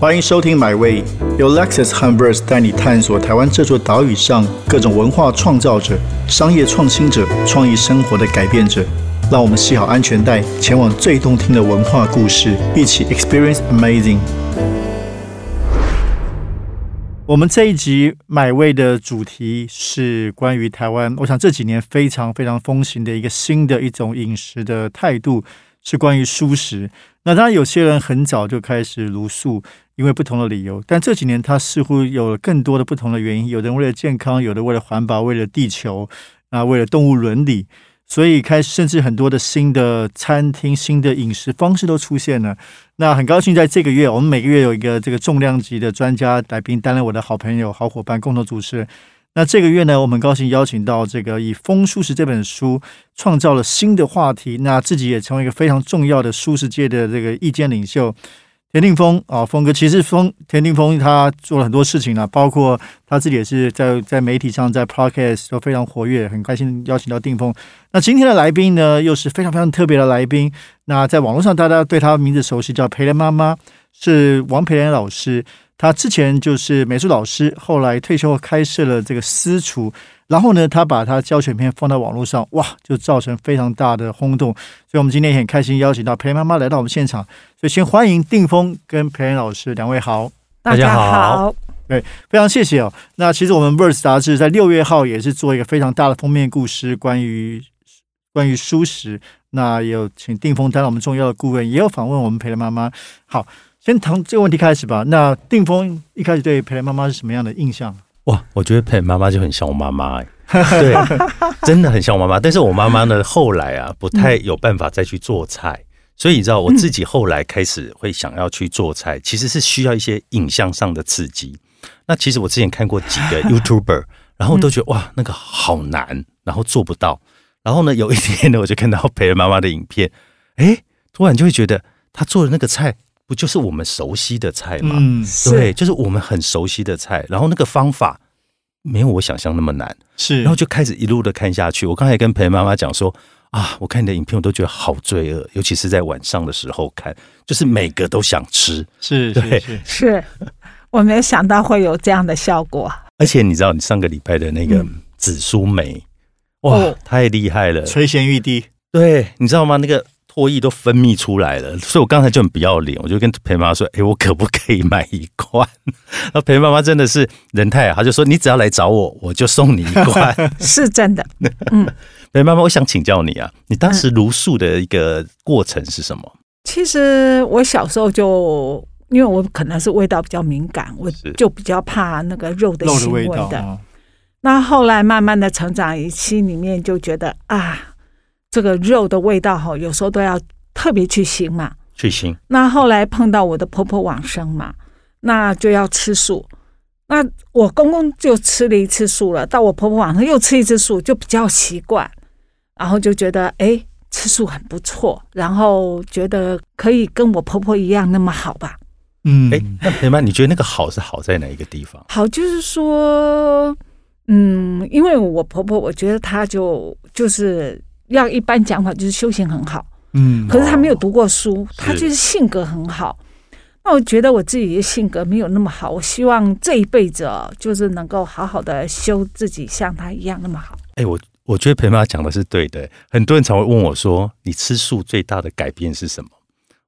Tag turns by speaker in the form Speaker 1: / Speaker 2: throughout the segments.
Speaker 1: 欢迎收听 My Way，由 Lexus 和 Verse 带你探索台湾这座岛屿上各种文化创造者、商业创新者、创意生活的改变者。让我们系好安全带，前往最动听的文化故事，一起 experience amazing。我们这一集买位的主题是关于台湾，我想这几年非常非常风行的一个新的一种饮食的态度，是关于素食。那当然，有些人很早就开始茹素，因为不同的理由。但这几年，它似乎有了更多的不同的原因。有的人为了健康，有的为了环保，为了地球，啊，为了动物伦理，所以开始甚至很多的新的餐厅、新的饮食方式都出现了。那很高兴在这个月，我们每个月有一个这个重量级的专家来宾担任我的好朋友、好伙伴，共同主持人。那这个月呢，我们很高兴邀请到这个以《风舒适》这本书创造了新的话题，那自己也成为一个非常重要的舒适界的这个意见领袖。田定峰啊，峰哥，其实峰田定峰他做了很多事情啊，包括他自己也是在在媒体上，在 podcast 都非常活跃，很开心邀请到定峰。那今天的来宾呢，又是非常非常特别的来宾。那在网络上大家对他名字熟悉，叫培莲妈妈，是王培莲老师。他之前就是美术老师，后来退休后开设了这个私厨，然后呢，他把他教学片放到网络上，哇，就造成非常大的轰动。所以，我们今天也很开心邀请到培妈妈来到我们现场，所以先欢迎定峰跟培老师两位好。
Speaker 2: 大家好，
Speaker 1: 非常谢谢哦。那其实我们 Verse 杂志在六月号也是做一个非常大的封面故事，关于关于舒适。那也有请定峰担任我们重要的顾问，也有访问我们培乐妈妈。好，先从这个问题开始吧。那定峰一开始对培乐妈妈是什么样的印象？
Speaker 2: 哇，我觉得佩妈妈就很像我妈妈、欸， 对，真的很像我妈妈。但是我妈妈呢，后来啊，不太有办法再去做菜，所以你知道，我自己后来开始会想要去做菜，其实是需要一些影像上的刺激。那其实我之前看过几个 YouTuber，然后我都觉得哇，那个好难，然后做不到。然后呢，有一天呢，我就看到培儿妈妈的影片，诶，突然就会觉得她做的那个菜不就是我们熟悉的菜吗？
Speaker 1: 嗯，
Speaker 2: 对，就是我们很熟悉的菜，然后那个方法没有我想象那么难，
Speaker 1: 是。
Speaker 2: 然后就开始一路的看下去。我刚才跟培妈妈讲说啊，我看你的影片我都觉得好罪恶，尤其是在晚上的时候看，就是每个都想吃。
Speaker 1: 是是
Speaker 2: 对
Speaker 1: 是，
Speaker 3: 是我没有想到会有这样的效果。
Speaker 2: 而且你知道，你上个礼拜的那个紫苏梅，哇
Speaker 3: 哦，
Speaker 2: 太厉害了！
Speaker 1: 垂涎欲滴。
Speaker 2: 对，你知道吗？那个唾液都分泌出来了，所以我刚才就很不要脸，我就跟裴妈妈说：“哎、我可不可以买一罐？” 然后裴妈妈真的是人太好，她就说：“你只要来找我，我就送你一罐。
Speaker 3: 是真的，”
Speaker 2: 裴妈妈，我想请教你啊，你当
Speaker 1: 嗯
Speaker 2: 时茹素的一个过程是什么？
Speaker 3: 其实我小时候就，因为我可能是味道比较敏感，我
Speaker 2: 是
Speaker 3: 就比较怕那个肉的
Speaker 1: 肉的
Speaker 3: 腥
Speaker 1: 味
Speaker 3: 味
Speaker 1: 道
Speaker 3: 的。
Speaker 1: 啊，
Speaker 3: 那后来慢慢的成长，一期里面就觉得啊，这个肉的味道哈，有时候都要特别去腥嘛。
Speaker 2: 去腥
Speaker 3: 那后来碰到我的婆婆往生嘛，那就要吃素。那我公公就吃了一次素了，到我婆婆往生又吃一次素，就比较习惯，然后就觉得哎，吃素很不错，然后觉得可以跟我婆婆一样那么好吧。
Speaker 1: 嗯，
Speaker 2: 哎、那裴妈，你觉得那个好是好在哪一个地方？
Speaker 3: 好，就是说，嗯，因为我婆婆，我觉得她就就是要一般讲法就是修行很好，
Speaker 1: 嗯，
Speaker 3: 可是她没有读过书，她
Speaker 2: 是
Speaker 3: 就是性格很好。那我觉得我自己的性格没有那么好，我希望这一辈子哦，就是能够好好的修自己，像她一样那么好。
Speaker 2: 哎、我我觉得裴妈讲的是对的、很多人常会问我说：“你吃素最大的改变是什么？”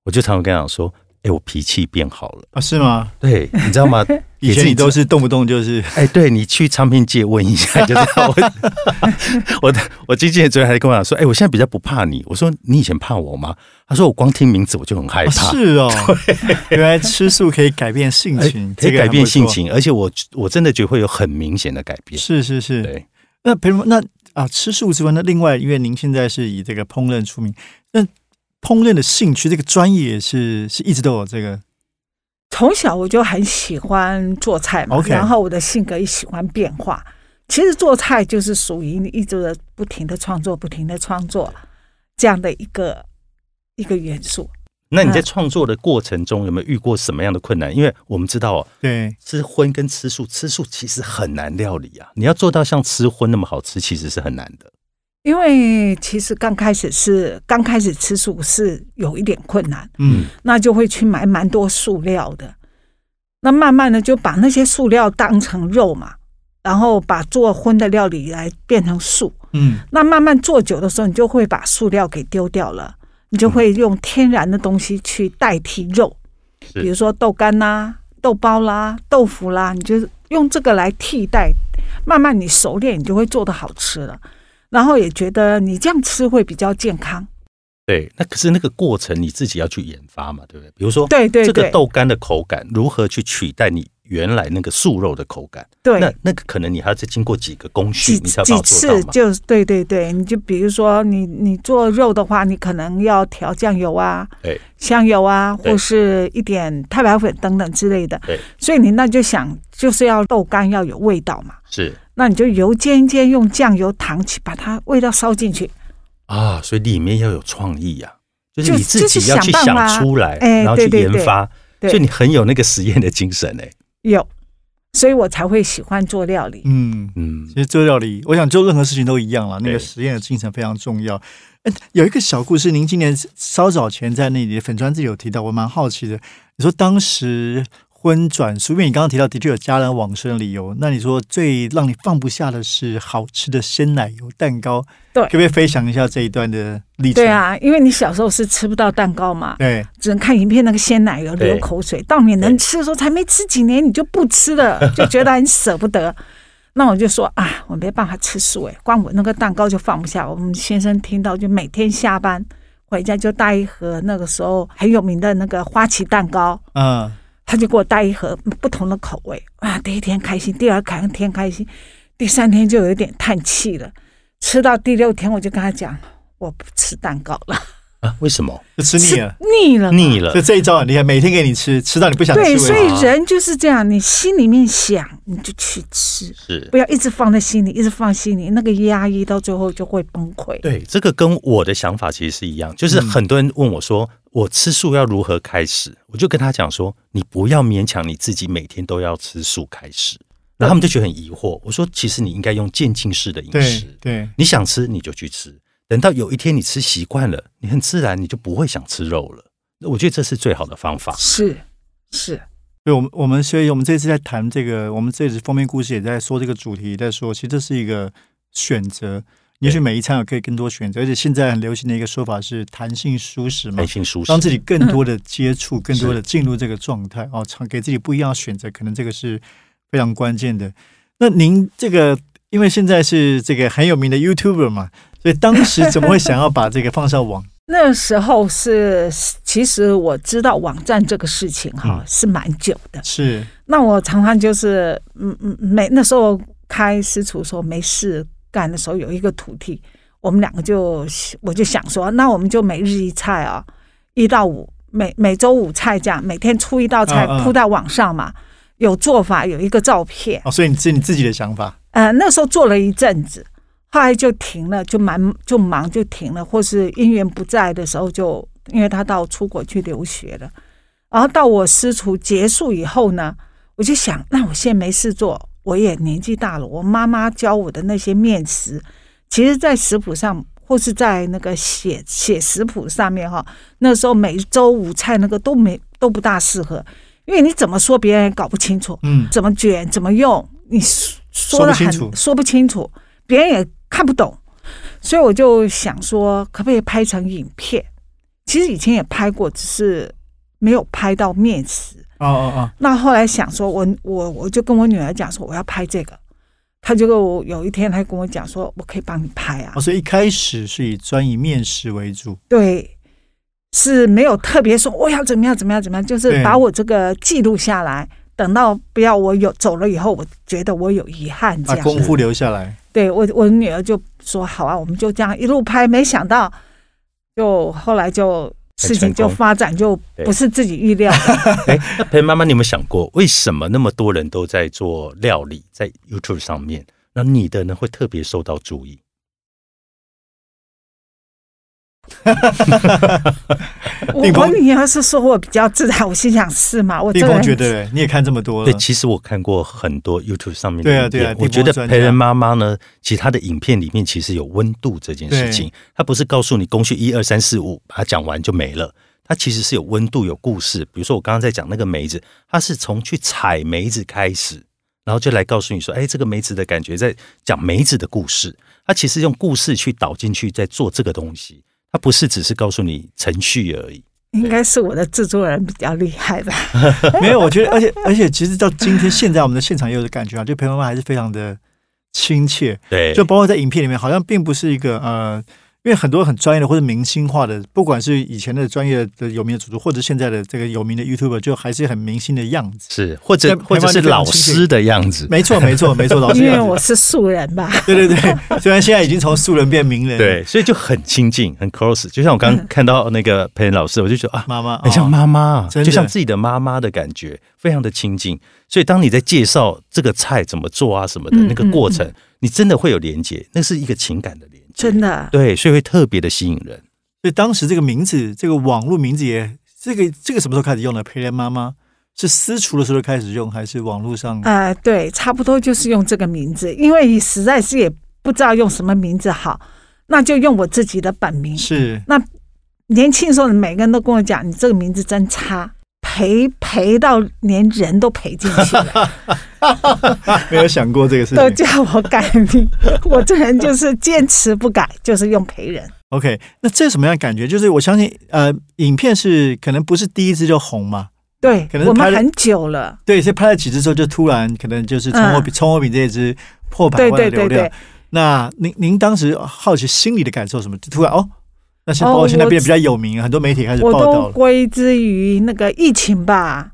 Speaker 2: 我就常常跟她讲说：“哎、我脾气变好了。”
Speaker 1: 啊，是吗？
Speaker 2: 对，你知道 吗？
Speaker 1: 以前你都
Speaker 2: 是
Speaker 1: 是动不动就是
Speaker 2: 哎，对你去唱片界问一 下就知道。我我的我经纪人昨天还跟我讲说，哎，我现在比较不怕你。我说你以前怕我吗？他说我光听名字我就很害
Speaker 1: 啊
Speaker 2: 怕。
Speaker 1: 是 哦，原来吃素可以改变性
Speaker 2: 哎
Speaker 1: 情，
Speaker 2: 可
Speaker 1: 这
Speaker 2: 以
Speaker 1: 个
Speaker 2: 改
Speaker 1: 还不
Speaker 2: 变性
Speaker 1: 错。
Speaker 2: 情，而且我我真的觉得会有很明显的改变。
Speaker 1: 是是是，
Speaker 2: 对，
Speaker 1: 那培如那啊，吃素之外，那另外，因为您现在是以这个烹饪出名，那烹饪的兴趣这个专业也是是一直都有这个
Speaker 3: 从小我就很喜欢做菜嘛
Speaker 1: OK
Speaker 3: 然后我的性格也喜欢变化。其实做菜就是属于你一直的不停的创作、不停的创作这样的一个一个元素。
Speaker 2: 那你在创作的过程中有没有遇过什么样的困难？因为我们知道哦，
Speaker 1: 对
Speaker 2: 吃荤跟吃素，吃素其实很难料理啊。你要做到像吃荤那么好吃，其实是很难的。
Speaker 3: 因为其实刚开始是刚开始吃素是有一点困难，
Speaker 1: 嗯
Speaker 3: 那就会去买蛮多素料的。那慢慢的就把那些素料当成肉嘛，然后把做荤的料理来变成素。
Speaker 1: 嗯
Speaker 3: 那慢慢做久的时候，你就会把塑料给丢掉了，你就会用天然的东西去代替肉，
Speaker 2: 是
Speaker 3: 比如说豆干啦、啊豆包啦、豆腐啦，你就是用这个来替代。慢慢你熟练，你就会做的好吃了，然后也觉得你这样吃会比较健康。
Speaker 2: 对，那可是那个过程你自己要去研发嘛，对不对？比如说，
Speaker 3: 对对
Speaker 2: 这个
Speaker 3: 对，
Speaker 2: 豆干的口感如何去取代你原来那个素肉的口感？那
Speaker 3: 对。
Speaker 2: 那个可能你还要再经过几个工序，
Speaker 3: 几
Speaker 2: 你才有办
Speaker 3: 几
Speaker 2: 法做到
Speaker 3: 次
Speaker 2: 嘛。
Speaker 3: 就是对对对，你就比如说你你做肉的话，你可能要调酱油啊，
Speaker 2: 对
Speaker 3: 香油啊，
Speaker 2: 对
Speaker 3: 或是一点太白粉等等之类的。
Speaker 2: 对，
Speaker 3: 所以你那就想就是要豆干要有味道嘛，
Speaker 2: 是
Speaker 3: 那你就油煎一煎，用酱油糖去把它味道烧进去。
Speaker 2: 啊，所以里面要有创意呀、就是
Speaker 3: 就
Speaker 2: 你自己要
Speaker 3: 就是
Speaker 2: 去
Speaker 3: 想办
Speaker 2: 想
Speaker 3: 法
Speaker 2: 出来，
Speaker 3: 哎
Speaker 2: 然后去
Speaker 3: 对对
Speaker 2: 研发，
Speaker 3: 对
Speaker 2: 所以你很有那个实验的精神哎、
Speaker 3: 有，所以我才会喜欢做料理。
Speaker 1: 嗯，
Speaker 2: 嗯
Speaker 1: 其，实做料理，我想做任何事情都一样了，那
Speaker 2: 对
Speaker 1: 个实验的精神非常重要。哎，有一个小故事，您今年稍早前在那里的粉专自己有提到，我蛮好奇的。你说当时婚转书，因为你刚刚提到的确有家人往生的理由，那你说最让你放不下的是好吃的鲜奶油蛋糕，
Speaker 3: 对
Speaker 1: 可不可以分享一下这一段的历程？
Speaker 3: 对，啊，因为你小时候是吃不到蛋糕嘛，
Speaker 1: 对，
Speaker 3: 只能看影片那个鲜奶油
Speaker 2: 对
Speaker 3: 流口水。到你能
Speaker 2: 对
Speaker 3: 吃的时候，才没吃几年，你就不吃了，就觉得很舍不得。那我就说啊，我没办法吃素哎，光我那个蛋糕就放不下。我们先生听到就每天下班回家就带一盒那个时候很有名的那个花旗蛋糕，
Speaker 1: 嗯，
Speaker 3: 他就给我带一盒不同的口味啊。第一天开心，第二天开心，第三天就有点叹气了。吃到第六天，我就跟他讲，我不吃蛋糕了，
Speaker 2: 啊，为什么啊
Speaker 1: 就吃腻 了。
Speaker 3: 腻了，
Speaker 2: 腻了
Speaker 1: 所以？这一招很厉害，每天给你吃，吃到你不想吃为
Speaker 3: 对，
Speaker 1: 止。
Speaker 3: 所以
Speaker 2: 啊
Speaker 3: 人就是这样，你心里面想，你就去吃，
Speaker 2: 是
Speaker 3: 不要一直放在心里，一直放心里，那个压抑到最后就会崩溃。
Speaker 2: 对，这个跟我的想法其实是一样，就是
Speaker 3: 嗯
Speaker 2: 很多人问我说，我吃素要如何开始？我就跟他讲说，你不要勉强你自己每天都要吃素开始。然后他们就觉得很疑惑，我说其实你应该用渐进式的饮
Speaker 1: 对
Speaker 2: 食，
Speaker 1: 对，
Speaker 2: 你想吃你就去吃，等到有一天你吃习惯了，你很自然你就不会想吃肉了。我觉得这是最好的方法。
Speaker 3: 是是，
Speaker 1: 对，我们我们所以我们这次在谈这个，我们这次封面故事也在说这个主题，在说其实这是一个选择，也许每一餐有可以更多选择，而且现在很流行的一个说法是弹性舒适嘛
Speaker 2: 弹，性舒适，
Speaker 1: 让自己更多的接触，更多的进入这个状态哦，常给自己不一样的选择，可能这个是非常关键的。那您这个，因为现在是这个很有名的 YouTuber 嘛，所以当时怎么会想要把这个放上网？
Speaker 3: 那时候是，其实我知道网站这个事情哈、
Speaker 1: 嗯
Speaker 3: 是蛮久的。
Speaker 1: 是，
Speaker 3: 那我常常就是，嗯嗯，没那时候开私厨的时候没事干的时候，有一个徒弟，我们两个就我就想说，那我们就每日一菜啊、一到五每每周五菜这样，每天出一道菜
Speaker 1: 嗯嗯
Speaker 3: 铺在网上嘛，有做法，有一个照片。
Speaker 1: 哦，所以你是你自己的想法，
Speaker 3: 呃，那时候做了一阵子，后来就停了，就忙就忙就停了，或是因缘不在的时候就，因为他到出国去留学了，然后到我师厨结束以后呢，我就想，那我现在没事做，我也年纪大了，我妈妈教我的那些面食，其实在食谱上。或是在那个写写食谱上面哈，那时候每周五菜那个都没都不大适合，因为你怎么说别人也搞不清楚，
Speaker 1: 嗯，
Speaker 3: 怎么卷，怎么用，你说说的很
Speaker 1: 说不清楚
Speaker 3: 说不清楚，别人也看不懂，所以我就想说，可不可以拍成影片？其实以前也拍过，只是没有拍到面食。
Speaker 1: 哦哦哦，
Speaker 3: 那后来想说我，我我就跟我女儿讲说，我要拍这个。她就跟我有一天，她跟我讲说，我可以帮你拍啊
Speaker 1: 哦，。所以一开始是以专以面食为主，
Speaker 3: 对，是没有特别说我要怎么样怎么样怎么样，就是
Speaker 1: 对
Speaker 3: 把我这个记录下来，等到不要我有走了以后，我觉得我有遗憾这
Speaker 1: 把
Speaker 3: 样。
Speaker 1: 啊功夫留下来。
Speaker 3: 对我我女儿就说好啊，我们就这样一路拍，没想到就后来就事情就
Speaker 1: 哎
Speaker 2: 很成功
Speaker 3: 发展就不是自己预料的。
Speaker 2: 哎，那裴妈妈，你有没有想过，为什么那么多人都在做料理，在 YouTube 上面，那你的呢会特别受到注意？
Speaker 3: 我
Speaker 1: 定
Speaker 3: 我
Speaker 1: 鹏
Speaker 3: 女儿是说我比较自然，我心想是吗？我这
Speaker 1: 立
Speaker 3: 个
Speaker 1: 峰
Speaker 3: 人
Speaker 1: 觉得你也看这么多
Speaker 2: 对，
Speaker 1: 了，
Speaker 2: 其实我看过很多 YouTube 上面的
Speaker 1: 嗯对啊对啊
Speaker 2: 影片，
Speaker 1: 地
Speaker 2: 我觉
Speaker 1: 方
Speaker 2: 得
Speaker 1: 专家
Speaker 2: 陪人妈妈呢，其实她的影片里面其实有温度这件事情，她不是告诉你工序一二三四五，把它讲完就没了，它其实是有温度、有故事。比如说我刚刚在讲那个梅子，它是从去采梅子开始，然后就来告诉你说，哎，这个梅子的感觉，在讲梅子的故事。它其实用故事去导进去，在做这个东西，它不是只是告诉你程序而已。
Speaker 3: 应该是我的制作人比较厉害吧？
Speaker 1: 没有，我觉得，而且而且，其实到今天现在，我们的现场也有的感觉啊，就朋友们还是非常的亲切，
Speaker 2: 对，
Speaker 1: 就包括在影片里面，好像并不是一个呃，因为很多很专业的或者明星化的，不管是以前的专业的有名的主厨，或者现在的这个有名的 YouTuber，就还是很明星的样子。
Speaker 2: 是或者
Speaker 1: 在
Speaker 2: 或者是老师的样子，
Speaker 1: 没错，没错，没错，老师哦
Speaker 3: 因
Speaker 1: 这样
Speaker 3: 为
Speaker 1: 子，啊
Speaker 3: 我是素人吧？
Speaker 1: 对对对，虽然现在已经从素人变名人，，
Speaker 2: 对，所以就很亲近，很 close。就像我刚刚看到那个裴仁老师，我就觉得啊，
Speaker 1: 妈妈
Speaker 2: 很像
Speaker 1: 哦
Speaker 2: 妈妈，
Speaker 1: 真的
Speaker 2: 就像自己的妈妈的感觉，非常的亲近。所以当你在介绍这个菜怎么做啊什么的
Speaker 3: 嗯
Speaker 2: 那个过程，你真的会有连接，那是一个情感的连接，
Speaker 3: 真的，
Speaker 2: 对，所以会特别的吸引人。
Speaker 1: 所以当时这个名字，这个网络名字也，这个这个什么时候开始用的？陪练妈妈是私厨的时候开始用，还是网络上？
Speaker 3: 呃，对，差不多就是用这个名字，因为实在是也不知道用什么名字好，那就用我自己的本名。
Speaker 1: 是
Speaker 3: 年轻的时候，每个人都跟我讲，你这个名字真差，赔赔到连人都赔进 去了，
Speaker 1: 啊没有想过这个事
Speaker 3: 都
Speaker 1: 情。
Speaker 3: 叫我改名。 我这人就是坚持不改，就是用赔人。
Speaker 1: OK，那这什么样的感觉？就是我相信，呃，影片是可能不是第一支就红嘛，
Speaker 3: 对
Speaker 1: 可能，是
Speaker 3: 我
Speaker 1: 拍
Speaker 3: 们
Speaker 1: 了
Speaker 3: 很久了，
Speaker 1: 对，所以拍了几支之后，就突然可能就是葱油饼、葱油饼这一支破百
Speaker 3: 嗯对
Speaker 1: 万的
Speaker 3: 对
Speaker 1: 流
Speaker 3: 对
Speaker 1: 量。
Speaker 3: 对，
Speaker 1: 那您您当时好奇心里的感受是什么？就突然哦，那是
Speaker 3: 哦
Speaker 1: 包括现在
Speaker 3: 我
Speaker 1: 变得比较有名，很多媒体开始
Speaker 3: 我
Speaker 1: 报道
Speaker 3: 都
Speaker 1: 了。
Speaker 3: 归之于那个疫情吧。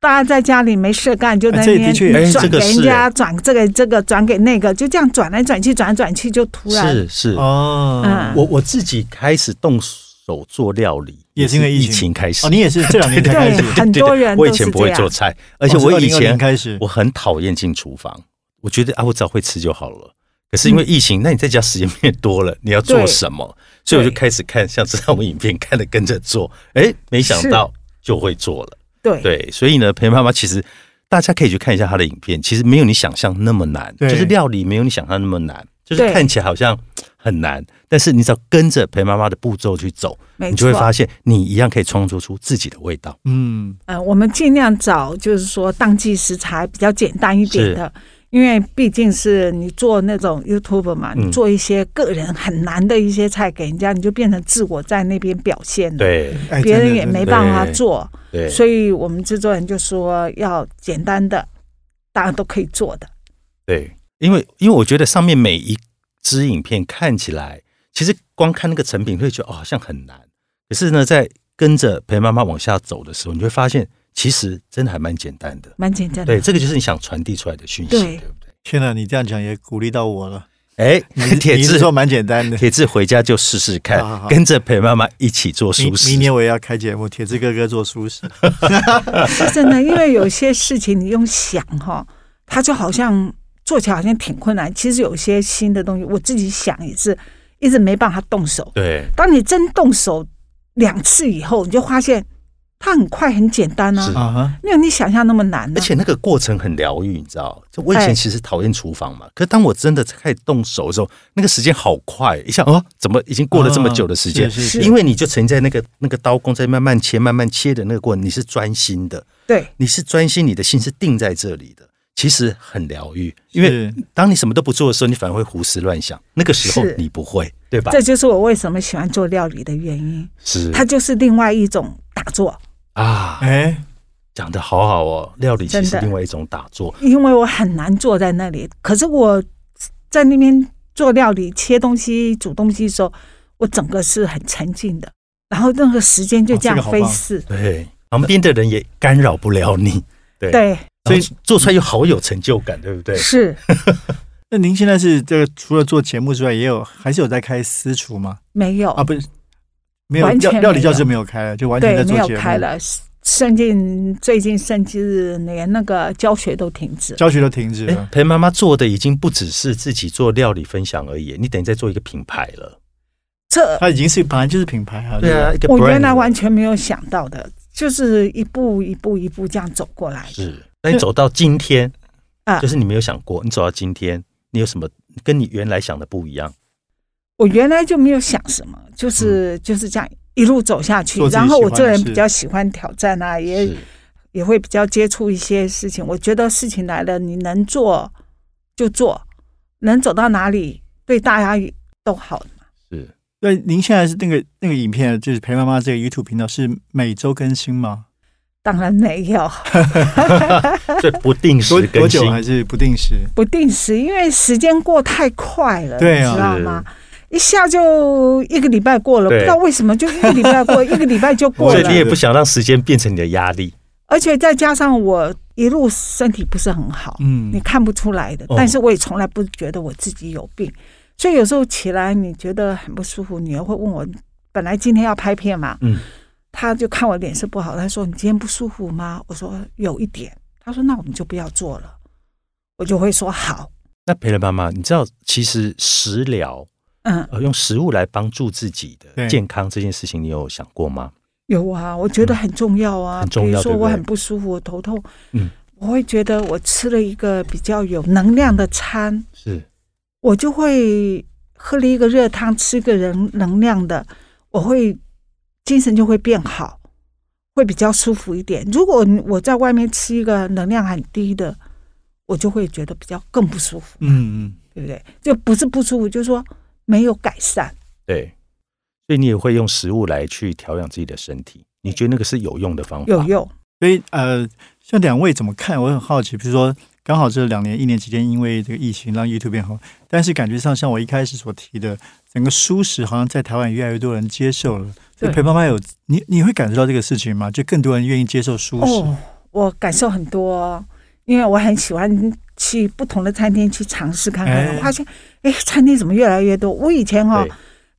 Speaker 3: 大家在家里没事干，就在
Speaker 1: 哎
Speaker 3: 那
Speaker 1: 这也
Speaker 3: 边
Speaker 1: 的确
Speaker 2: 哎
Speaker 3: 转
Speaker 2: 这
Speaker 3: 给
Speaker 2: 个
Speaker 3: 人
Speaker 2: 是
Speaker 3: 家，转这个这个，转给那个，就这样转来转去，转来转去，就突然
Speaker 2: 是是，
Speaker 1: 哦，
Speaker 3: 嗯
Speaker 2: 我我自己开始动手做料理，
Speaker 1: 也是因为疫
Speaker 2: 疫
Speaker 1: 情
Speaker 2: 情开始
Speaker 1: 哦，。你也是这两年才开
Speaker 3: 对
Speaker 1: 始，
Speaker 3: 很多人
Speaker 2: 我以
Speaker 3: 都
Speaker 2: 前
Speaker 3: 是
Speaker 2: 不
Speaker 3: 这
Speaker 2: 会做
Speaker 3: 样。
Speaker 2: 菜，而且我以
Speaker 1: 2020年
Speaker 2: 前
Speaker 1: 开始
Speaker 2: 我很讨厌进厨房，我觉得啊，我只要会吃就好了。可是
Speaker 3: 嗯
Speaker 2: 因为疫情，那你在家时间变多了，你要做
Speaker 3: 对
Speaker 2: 什么？所以我就开始看像这种影片，看了跟着做，哎，没想到就会做了。
Speaker 3: 对
Speaker 2: 对，所以呢，陪妈妈其实大家可以去看一下她的影片，其实没有你想象那么难，
Speaker 1: 对
Speaker 2: 就是料理没有你想象那么难，就是
Speaker 3: 对
Speaker 2: 看起来好像很难，但是你只要跟着陪妈妈的步骤去走，
Speaker 3: 没
Speaker 2: 你就会
Speaker 3: 错
Speaker 2: 发现你一样可以创作出自己的味道。
Speaker 1: 嗯，
Speaker 3: 呃，我们尽量找就是说当季食材比较简单一点的，因为毕竟是你做那种 YouTube 嘛，
Speaker 2: 嗯
Speaker 3: 你做一些个人很难的一些菜给人家，你就变成自我在那边表现了，
Speaker 2: 对
Speaker 1: 哎
Speaker 3: 别
Speaker 1: 真
Speaker 3: 人
Speaker 1: 的
Speaker 3: 也
Speaker 1: 真的
Speaker 3: 没办法
Speaker 2: 对
Speaker 3: 做，
Speaker 2: 对，
Speaker 3: 所以我们制作人就说要简单的，大家都可以做的。
Speaker 2: 对，因为因为我觉得上面每一支影片看起来，其实光看那个成品会觉得哦好像很难，可是呢，在跟着陪妈妈往下走的时候，你就会发现其实真的还蛮简单的。
Speaker 3: 蛮
Speaker 1: 嗯
Speaker 3: 简单的
Speaker 2: 对，，这个就是你想传递出来的讯息，
Speaker 3: 对
Speaker 2: 对不对？
Speaker 1: 天哪，你这样讲也鼓励到我 了。
Speaker 2: 哎，
Speaker 1: 你
Speaker 2: 铁
Speaker 1: 你是
Speaker 2: 志
Speaker 1: 说蛮简单的。
Speaker 2: 铁志回家就试试看
Speaker 1: 好好好，
Speaker 2: 跟着陪妈妈一起做
Speaker 1: 明
Speaker 2: 熟食
Speaker 1: 明。年我也要开节目，铁志哥哥做熟 食，
Speaker 3: 是真的，因为有些事情你用想哈，它就好像做起来好像挺困难。其实有些新的东西，我自己想也是一直没办法动手。
Speaker 2: 对，
Speaker 3: 当你真动手两次以后，你就发现它很快很简单
Speaker 2: 是
Speaker 3: 啊，
Speaker 1: 啊哈，
Speaker 3: 没有你想象那么难、啊。
Speaker 2: 而且那个过程很疗愈，你知道？就我以
Speaker 3: 哎
Speaker 2: 前其实讨厌厨房嘛，可是当我真的开始动手的时候，那个时间好快，一下哦，怎么已经过了这么久的时间
Speaker 1: 啊？是是
Speaker 2: 因为你就沉浸在那个那个刀工在慢慢切、慢慢切的那个过程，你是专心的，
Speaker 3: 对
Speaker 2: 你是专心，你的心是定在这里的，其实很疗愈。因为
Speaker 1: 是
Speaker 2: 当你什么都不做的时候，你反而会胡思乱想，那个时候
Speaker 3: 是
Speaker 2: 你不会，对吧
Speaker 3: 这？就是我为什么喜欢做料理的原因，
Speaker 2: 是
Speaker 3: 它就是另外一种打坐。
Speaker 2: 啊，
Speaker 1: 哎，
Speaker 2: 讲的好好哦，料理其
Speaker 3: 真
Speaker 2: 实
Speaker 3: 的
Speaker 2: 另外一种打坐，
Speaker 3: 因为我很难坐在那里，可是我在那边做料理、切东西、煮东西的时候，我整个是很沉浸的，然后那个时间就这
Speaker 1: 哦这个
Speaker 3: 样
Speaker 1: 好
Speaker 3: 飞
Speaker 1: 棒
Speaker 3: 逝。
Speaker 2: 对，旁边的人也干扰不了你，对，
Speaker 3: 对，
Speaker 2: 所以做出来又好有成就感，对不对？
Speaker 3: 是
Speaker 1: 那您现在是这个除了做节目之外，也有还是有在开私厨吗？
Speaker 3: 没有
Speaker 1: 啊，不是，没有
Speaker 3: 完
Speaker 1: 料
Speaker 3: 全没有
Speaker 1: 料理教室没有开了，就完全在
Speaker 3: 对，没
Speaker 1: 做
Speaker 3: 有
Speaker 1: 节目，
Speaker 3: 开了，甚至最近甚至连那个教学都停止。
Speaker 1: 教学都停止
Speaker 2: 哎、
Speaker 1: 了。
Speaker 2: 陪妈妈做的已经不只是自己做料理分享而已，你等于在做一个品牌了。
Speaker 3: 这
Speaker 1: 它已经是本来就是品牌啊，
Speaker 2: 对啊，
Speaker 1: 吧
Speaker 2: 一个
Speaker 3: 我
Speaker 2: brand
Speaker 3: 原来
Speaker 2: 了
Speaker 3: 完全没有想到的，就是一步一步一步这样走过来的。
Speaker 2: 是，那你走到今天，
Speaker 3: 啊
Speaker 2: 就是你没有想过，你走到今天，你有什么跟你原来想的不一样？
Speaker 3: 我原来就没有想什么，就是就是这样一路走下去
Speaker 1: 嗯做。自己
Speaker 3: 然后我
Speaker 1: 喜欢
Speaker 3: 这个
Speaker 1: 的
Speaker 3: 人
Speaker 1: 事
Speaker 3: 比较喜欢挑战啊，也
Speaker 2: 是
Speaker 3: 也会比较接触一些事情。我觉得事情来了，你能做就做，能走到哪里对大家都好。
Speaker 2: 是，
Speaker 1: 对，您现在是那个那个影片，啊就是陪妈妈这个 YouTube 频道是每周更新吗？
Speaker 3: 当然没有
Speaker 2: 所以不定时
Speaker 1: 多多
Speaker 2: 更
Speaker 1: 久
Speaker 2: 新，
Speaker 1: 还是不定时？
Speaker 3: 不定时，因为时间过太快了，
Speaker 1: 对啊
Speaker 3: 你知道吗？一下就一个礼拜过了，不
Speaker 2: 对
Speaker 3: 知道为什么就一个礼 拜过，一个礼拜就过
Speaker 2: 所
Speaker 1: 对
Speaker 2: 以
Speaker 1: 啊
Speaker 2: 你
Speaker 3: 了。
Speaker 2: 也不想让时间变成你的压力。
Speaker 3: 而且再加上我一路身体不是很好，
Speaker 1: 嗯
Speaker 3: 你看不出来的
Speaker 2: 哦，
Speaker 3: 但是我也从来不觉得我自己有病，所以有时候起来你觉得很不舒服，女儿会问我，本来今天要拍片嘛，
Speaker 2: 嗯，
Speaker 3: 她就看我脸色不好，她说你今天不舒服吗？我说有一点，她说那我们就不要做了，我就会说好，
Speaker 2: 那陪了妈妈，你知道，其实食疗，
Speaker 3: 嗯，
Speaker 2: 呃，用食物来帮助自己
Speaker 1: 对
Speaker 2: 的健康这件事情，你有想过吗？
Speaker 3: 有啊，我觉得很重要啊，
Speaker 2: 很重
Speaker 3: 比
Speaker 2: 要
Speaker 3: 如说
Speaker 2: 对不对
Speaker 3: 我很不舒服，我头痛，
Speaker 2: 嗯，
Speaker 3: 我会觉得我吃了一个比较有能量的餐，
Speaker 2: 是，
Speaker 3: 我就会喝了一个热汤，吃个人能量的，我会精神就会变好，会比较舒服一点。如果我在外面吃一个能量很低的，我就会觉得比较更不舒服，
Speaker 1: 嗯嗯，
Speaker 3: 对不对？就不是不舒服，就是说没有改善。
Speaker 2: 对，所以你也会用食物来去调养自己的身体，你觉得那个是有用的方法？
Speaker 3: 有用，
Speaker 1: 所以呃，像两位怎么看？我很好奇，比如说刚好这两年一年期间，因为这个疫情让 YouTube 变红，但是感觉上像我一开始所提的，整个舒适好像在台湾越来越多人接受了。所以
Speaker 3: 对
Speaker 1: 陪妈妈有你，你会感受到这个事情吗？就更多人愿意接受舒适，
Speaker 3: 哦，我感受很多，因为我很喜欢去不同的餐厅去尝试看看，
Speaker 1: 哎
Speaker 3: 我发现哎，餐厅怎么越来越多？我以前哦哈、
Speaker 2: 对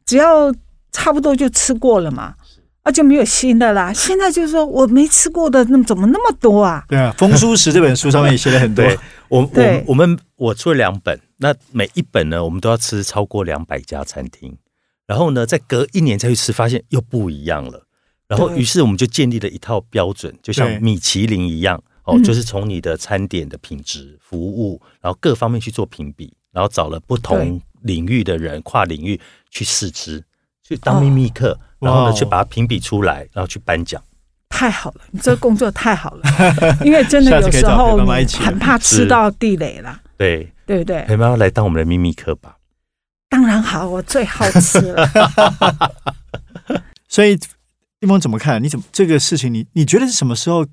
Speaker 3: 只要差不多就吃过了嘛，啊就没有新的啦。现在就是说我没吃过的，那么怎么那么多啊？
Speaker 1: 对啊，《风舒适》这本书上面也写了很多，
Speaker 2: 对我我
Speaker 3: 对
Speaker 2: 我们我做两本，那每一本呢，我们都要吃超过两百家餐厅，然后呢，再隔一年再去吃，发现又不一样了。然后，
Speaker 3: 对
Speaker 2: 于是我们就建立了一套标准，就
Speaker 1: 对
Speaker 2: 像米其林一样，哦，就是从你的餐点的品质、服务，然后各方面去做评比，然后找了不同领域的人，跨领域去试吃，去当秘密客，然后
Speaker 1: 哇哦
Speaker 2: 呢，去把它评比出来，然后去颁奖。
Speaker 3: 太好了，你这工作太好了，因为真的
Speaker 1: 下次
Speaker 3: 有
Speaker 1: 可以
Speaker 3: 时
Speaker 1: 找陪
Speaker 3: 候
Speaker 1: 妈妈一
Speaker 3: 你
Speaker 1: 起
Speaker 3: 很怕吃
Speaker 2: 是
Speaker 3: 到地雷啦，
Speaker 2: 对，
Speaker 3: 对不对？
Speaker 2: 陪妈妈来当我们的秘密客吧。
Speaker 3: 当然好，我最好吃了。
Speaker 1: 所以一萌怎么看？你怎么这个事情你？你觉得是什么时候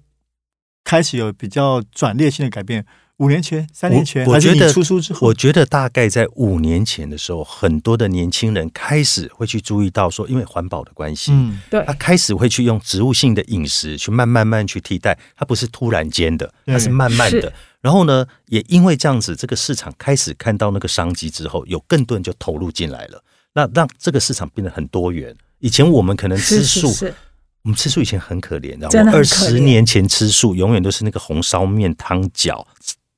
Speaker 1: 开始有比较转捩性的改变？五年前、三年前，
Speaker 2: 我
Speaker 1: 还
Speaker 2: 我
Speaker 1: 是
Speaker 2: 觉
Speaker 1: 你
Speaker 2: 得
Speaker 1: 出书之后
Speaker 2: 我？觉得大概在五年前的时候，很多的年轻人开始会去注意到说，因为环保的关系，
Speaker 1: 嗯，
Speaker 3: 对
Speaker 2: 他，开始会去用植物性的饮食去慢慢慢去替代，它不是突然间的，
Speaker 1: 对
Speaker 2: 它是慢慢的
Speaker 3: 是。
Speaker 2: 然后呢，也因为这样子，这个市场开始看到那个商机之后，有更多人就投入进来了，那让这个市场变得很多元。以前我们可能吃
Speaker 3: 是
Speaker 2: 素，
Speaker 3: 是是，
Speaker 2: 我们吃素以前很可怜的，
Speaker 3: 真的
Speaker 2: 我
Speaker 3: 很
Speaker 2: 二
Speaker 3: 可
Speaker 2: 十
Speaker 3: 怜
Speaker 2: 年前吃素，永远都是那个红烧面、汤饺，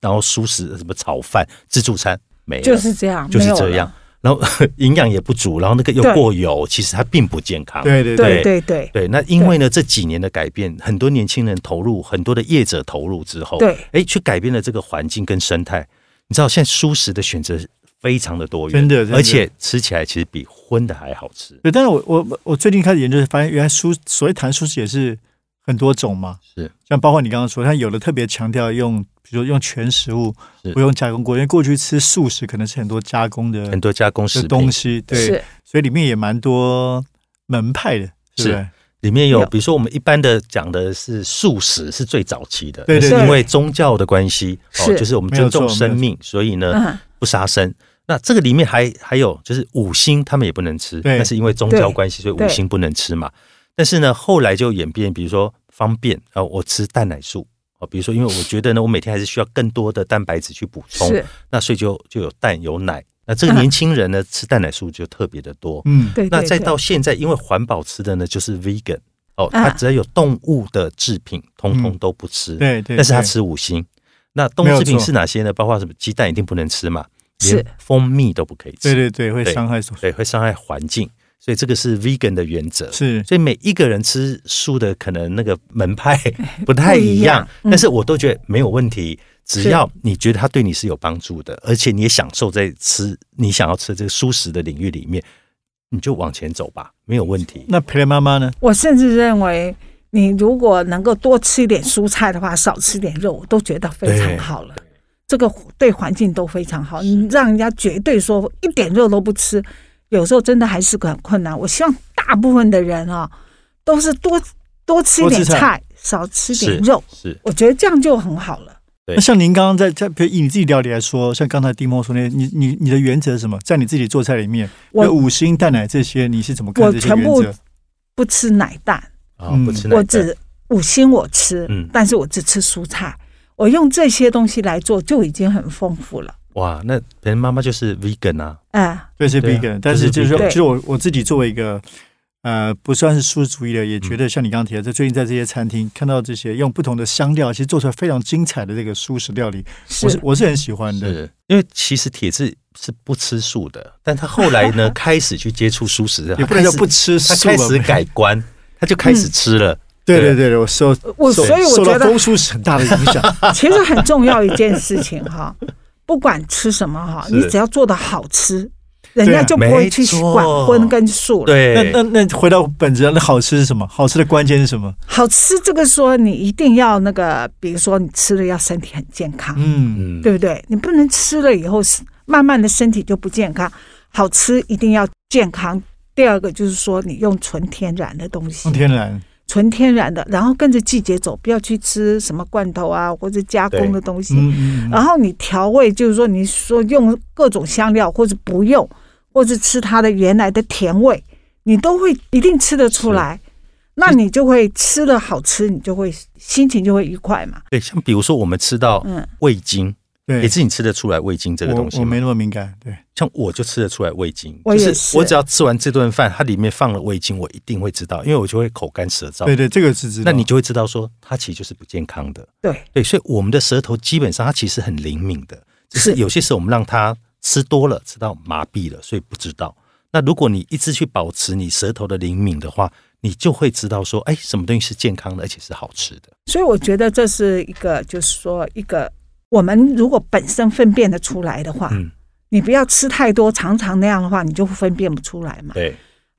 Speaker 2: 然后素食什么炒饭、自助餐没了，
Speaker 3: 就是这样，
Speaker 2: 就是
Speaker 3: 没有
Speaker 2: 这
Speaker 3: 了
Speaker 2: 样。。然后 营养也不足，然后那个又
Speaker 3: 对
Speaker 2: 过油，其实它并不健康。
Speaker 1: 对对对，
Speaker 3: 对对对
Speaker 2: 对那因为呢这几年的改变，很多年轻人投入，很多的业者投入之后，
Speaker 3: 对，
Speaker 2: 哎，去改变了这个环境跟生态。你知道现在素食的选择非常的多元，
Speaker 1: 真的真的
Speaker 2: 而且吃起来其实比荤的还好吃。
Speaker 1: 对。但是我我我最近开始研究，发现原来舒所谓谈舒适也是很多种嘛，
Speaker 2: 是
Speaker 1: 像包括你刚刚说，像有的特别强调用，比如说用全食物
Speaker 2: 是，
Speaker 1: 不用加工过，因为过去吃素食可能是很多加工的
Speaker 2: 很多加工食
Speaker 1: 的
Speaker 2: 品
Speaker 1: 东西，对，
Speaker 3: 是
Speaker 1: 所以里面也蛮多门派的，是不是？
Speaker 2: 里面有
Speaker 3: 有，
Speaker 2: 比如说我们一般的讲的是素食是最早期的，
Speaker 1: 对对
Speaker 2: 是
Speaker 3: 对
Speaker 2: 因为宗教的关系，哦，
Speaker 3: 是
Speaker 2: 就是我们
Speaker 1: 没有
Speaker 2: 尊
Speaker 1: 错
Speaker 2: 重生命，所以呢
Speaker 3: 嗯
Speaker 2: 不杀生。那这个里面还还有就是五星他们也不能吃，
Speaker 1: 对
Speaker 2: 那是因为宗教
Speaker 3: 对
Speaker 2: 关系，所以
Speaker 3: 对
Speaker 2: 五星不能吃嘛。但是呢，后来就演变，比如说方便啊、呃我吃蛋奶素哦，比如说因为我觉得呢，我每天还是需要更多的蛋白质去补充，
Speaker 3: 是，
Speaker 2: 那所以就就有蛋有奶。那这个
Speaker 3: 嗯
Speaker 2: 年轻人呢，吃蛋奶素就特别的多，
Speaker 1: 嗯，
Speaker 3: 对对
Speaker 2: 那再
Speaker 3: 对
Speaker 2: 到现在，因为环保吃的呢就是 vegan 哦，
Speaker 3: 啊
Speaker 2: 它只要有动物的制品，通通都不吃。
Speaker 1: 嗯对对。
Speaker 2: 但是它
Speaker 1: 对
Speaker 2: 吃五星。那动
Speaker 1: 没
Speaker 2: 物
Speaker 1: 有
Speaker 2: 制品
Speaker 1: 错
Speaker 2: 是哪些呢？包括什么鸡蛋一定不能吃嘛，
Speaker 3: 是
Speaker 2: 连蜂蜜都不可以吃，
Speaker 1: 对对对，会
Speaker 2: 对
Speaker 1: 伤害所
Speaker 2: 对会伤害环境，所以这个是 vegan 的原则。
Speaker 1: 是
Speaker 2: 所以每一个人吃素的可能那个门派 不太一样，
Speaker 3: 嗯
Speaker 2: 但是我都觉得没有问题，只
Speaker 3: 是
Speaker 2: 要你觉得它对你是有帮助的，而且你也享受在吃你想要吃的这个素食的领域里面，你就往前走吧，没有问题。
Speaker 1: 那陪妈妈呢？
Speaker 3: 我甚至认为，你如果能够多吃一点蔬菜的话，少吃点肉，我都觉得非常好了。这个对环境都非常好。你让人家绝对说一点肉都不吃，有时候真的还是很困难。我希望大部分的人啊、都是多多吃一
Speaker 1: 多
Speaker 3: 点
Speaker 1: 吃菜
Speaker 3: 菜，少吃点
Speaker 2: 是
Speaker 3: 肉。
Speaker 2: 是，
Speaker 3: 我觉得这样就很好了。
Speaker 2: 对
Speaker 1: 那像您刚刚在在，比如以你自己料理来说，像刚才丁梦说那，你你你的原则是什么？在你自己做菜里面，
Speaker 3: 我
Speaker 1: 有五星蛋奶这些，你是怎么看
Speaker 3: 我
Speaker 1: 这些
Speaker 3: 全
Speaker 1: 原
Speaker 3: 部
Speaker 1: 则？
Speaker 3: 不吃奶蛋，
Speaker 2: 啊
Speaker 1: 嗯，
Speaker 2: 不吃奶
Speaker 3: 我
Speaker 2: 蛋
Speaker 3: 只五星我吃，
Speaker 2: 嗯
Speaker 3: 但是我只吃蔬菜。我用这些东西来做就已经很丰富了。
Speaker 2: 哇，那别人妈妈就是 vegan 啊，
Speaker 3: 哎、
Speaker 1: 对，是
Speaker 2: 对啊
Speaker 1: vegan，、但是就
Speaker 2: 就
Speaker 1: 是是说
Speaker 3: vegan
Speaker 1: 其实我我自己作为一个呃不算是素食主义的，也觉
Speaker 2: 嗯
Speaker 1: 得像你刚刚提的，在最近在这些餐厅看到这些用不同的香料，其实做出来非常精彩的这个素食料理，我是我是很喜欢的。
Speaker 2: 是因为其实铁志是不吃素的，但他后来 呢开始去接触素食，
Speaker 1: 也
Speaker 2: 他
Speaker 1: 不能叫
Speaker 2: 开始
Speaker 1: 不吃素啊
Speaker 2: 他
Speaker 1: 吧，
Speaker 2: 开始改观，他就开
Speaker 3: 嗯
Speaker 2: 始吃了。
Speaker 1: 对对
Speaker 2: 对
Speaker 1: 对
Speaker 2: 啊
Speaker 1: 对，我受
Speaker 3: 呃我
Speaker 1: 受
Speaker 3: 所以我
Speaker 1: 受到
Speaker 3: 觉得
Speaker 1: 风叔是很大的影响。
Speaker 3: 其实很重要一件事情哈，不管吃什么哈，
Speaker 2: 是
Speaker 3: 你只要做的好吃，人家就不会去
Speaker 2: 没错
Speaker 3: 管荤跟素了。
Speaker 1: 那
Speaker 2: 对，
Speaker 1: 那那回到本质，那好吃是什么？好吃的关键是什么？
Speaker 3: 好吃这个说你一定要那个，比如说你吃了要身体很健康，
Speaker 1: 嗯，
Speaker 2: 嗯，
Speaker 3: 对不对？你不能吃了以后是慢慢的身体就不健康。好吃一定要健康。第二个就是说你用纯天然的东西
Speaker 1: 用，天然。
Speaker 3: 纯天然的，然后跟着季节走，不要去吃什么罐头啊或者加工的东西。
Speaker 1: 嗯嗯嗯
Speaker 3: 然后你调味，就是说你说用各种香料，或者不用，或者吃它的原来的甜味，你都会一定吃得出来。那你就会吃的好吃，你就会心情就会愉快嘛。
Speaker 2: 对，像比如说我们吃到
Speaker 3: 嗯
Speaker 2: 味精，
Speaker 1: 对，
Speaker 2: 也是你吃得出来味精这个东西
Speaker 1: 我我
Speaker 2: 吗
Speaker 1: 没？那么敏感。对，
Speaker 2: 像我就吃得出来味精，
Speaker 3: 我也
Speaker 2: 就是我只要吃完这顿饭，它里面放了味精，我一定会知道，因为我就会口干舌燥。
Speaker 1: 对对，这个是知道。
Speaker 2: 那你就会知道说，它其实就是不健康的。
Speaker 3: 对，
Speaker 2: 对，所以我们的舌头基本上它其实很灵敏的，只是
Speaker 3: 是
Speaker 2: 有些时候我们让它吃多了，吃到麻痹了，所以不知道。那如果你一直去保持你舌头的灵敏的话，你就会知道说，哎，什么东西是健康的，而且是好吃的。
Speaker 3: 所以我觉得这是一个，就是说一个，我们如果本身分辨得出来的话，
Speaker 2: 嗯
Speaker 3: 你不要吃太多，常常那样的话，你就分辨不出
Speaker 1: 嗯
Speaker 3: 来嘛。
Speaker 2: 对，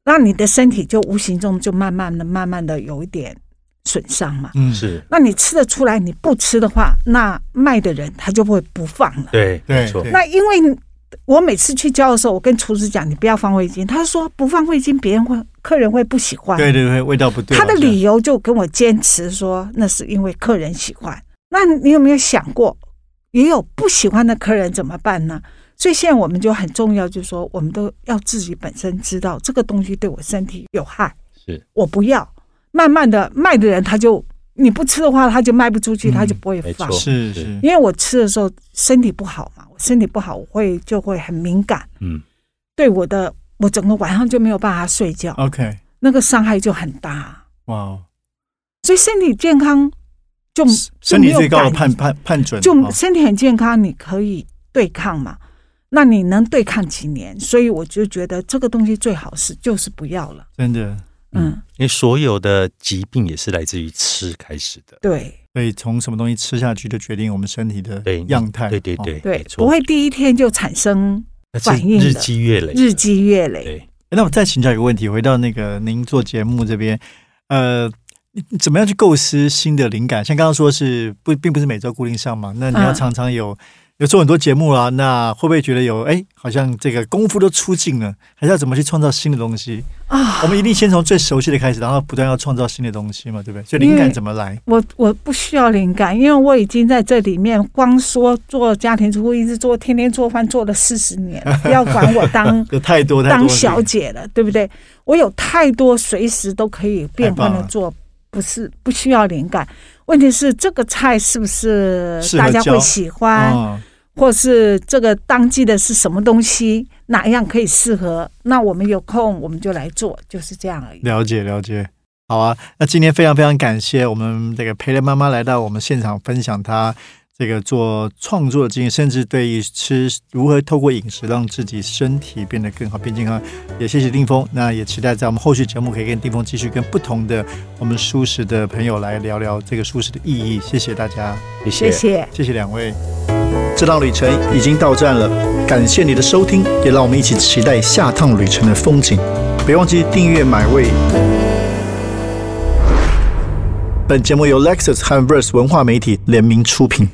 Speaker 3: 那你的身体就无形中就慢慢的、慢慢的有一点损伤嘛。
Speaker 1: 嗯，
Speaker 2: 是，
Speaker 3: 那你吃得出来，你不吃的话，那卖的人他就会不放了。
Speaker 2: 对，
Speaker 1: 对
Speaker 2: 没错
Speaker 1: 对，
Speaker 3: 那因为我每次去教的时候，我跟厨师讲，你不要放味精，他说不放味精，别人会客人会不喜欢。
Speaker 1: 对对对，味道不对。
Speaker 3: 他的
Speaker 1: 好像
Speaker 3: 理由就跟我坚持说，那是因为客人喜欢。那你有没有想过，也有不喜欢的客人怎么办呢？所以现在我们就很重要，就是说我们都要自己本身知道这个东西对我身体有害，
Speaker 2: 是
Speaker 3: 我不要。慢慢的卖的人他就你不吃的话，他就卖不出
Speaker 1: 嗯
Speaker 3: 去，他就不会
Speaker 2: 没
Speaker 3: 放。
Speaker 2: 错
Speaker 1: 是
Speaker 2: 是
Speaker 1: 是，
Speaker 3: 因为我吃的时候身体不好嘛，我身体不好，我会就会很敏感，
Speaker 2: 嗯，
Speaker 3: 对我的我整个晚上就没有办法睡觉，
Speaker 1: OK，
Speaker 3: 那个伤害就很大。
Speaker 1: 哇哦，
Speaker 3: 所以身体健康就就
Speaker 1: 身
Speaker 3: 没
Speaker 1: 体
Speaker 3: 有
Speaker 1: 最高的
Speaker 3: 感
Speaker 1: 判判判准，
Speaker 3: 就
Speaker 1: 哦
Speaker 3: 身体很健康，你可以对抗嘛。那你能对抗几年？所以我就觉得这个东西最好是就是不要了。
Speaker 1: 真的，
Speaker 2: 嗯
Speaker 3: 嗯，
Speaker 2: 因为所有的疾病也是来自于吃开始的。
Speaker 3: 对
Speaker 1: 所以从什么东西吃下去，就决定我们身体的
Speaker 2: 对
Speaker 1: 样态。
Speaker 2: 对对
Speaker 1: 哦
Speaker 2: 对，
Speaker 3: 对
Speaker 2: 没，错
Speaker 3: 不会第一天就产生
Speaker 2: 那是
Speaker 3: 反应的
Speaker 2: 日积月累，
Speaker 3: 日积月累。
Speaker 2: 对，
Speaker 1: 诶那我再请教一个问题，回到那个您做节目这边，呃，你你怎么样去构思新的灵感？像刚刚说是不，并不是每周固定上嘛，那你要
Speaker 3: 嗯
Speaker 1: 常常有、有做很多节目啊，那会不会觉得有哎，好像这个功夫都出尽了，还是要怎么去创造新的东西 啊？我们一定先从最熟悉的开始，然后不断要创造新的东西嘛，对不对？所以灵
Speaker 3: 因
Speaker 1: 感
Speaker 3: 为
Speaker 1: 怎么来？
Speaker 3: 我我不需要灵感，因为我已经在这里面光说做家庭主妇，一直做天天做饭，做了四十 年了，不要管我当
Speaker 1: 有太多太多
Speaker 3: 嗯当
Speaker 1: 了
Speaker 3: 小姐了，对不对？我有太多随时都可以变
Speaker 1: 太
Speaker 3: 换
Speaker 1: 棒
Speaker 3: 的
Speaker 1: 了
Speaker 3: 做，不是不需要灵感。问题是这个菜是不是
Speaker 1: 适合
Speaker 3: 大家
Speaker 1: 教
Speaker 3: 会喜欢，
Speaker 1: 哦
Speaker 3: 或是这个当季的是什么东西，哪样可以适合？那我们有空我们就来做，就是这样而已。
Speaker 1: 了解了解，好啊。那今天非常非常感谢我们这个陪着妈妈来到我们现场，分享她这个做创作的经验，甚至对于吃如何透过饮食让自己身体变得更好、变健康。也谢谢丁峰，那也期待在我们后续节目可以跟丁峰继续跟不同的我们舒适的朋友来聊聊这个舒适的意义。谢谢大家，
Speaker 3: 谢谢。
Speaker 1: 谢谢两位。这趟旅程已经到站了，感谢你的收听，也让我们一起期待下趟旅程的风景。别忘记订阅买位。本节目由 Lexus 和 Verse 文化媒体联名出品。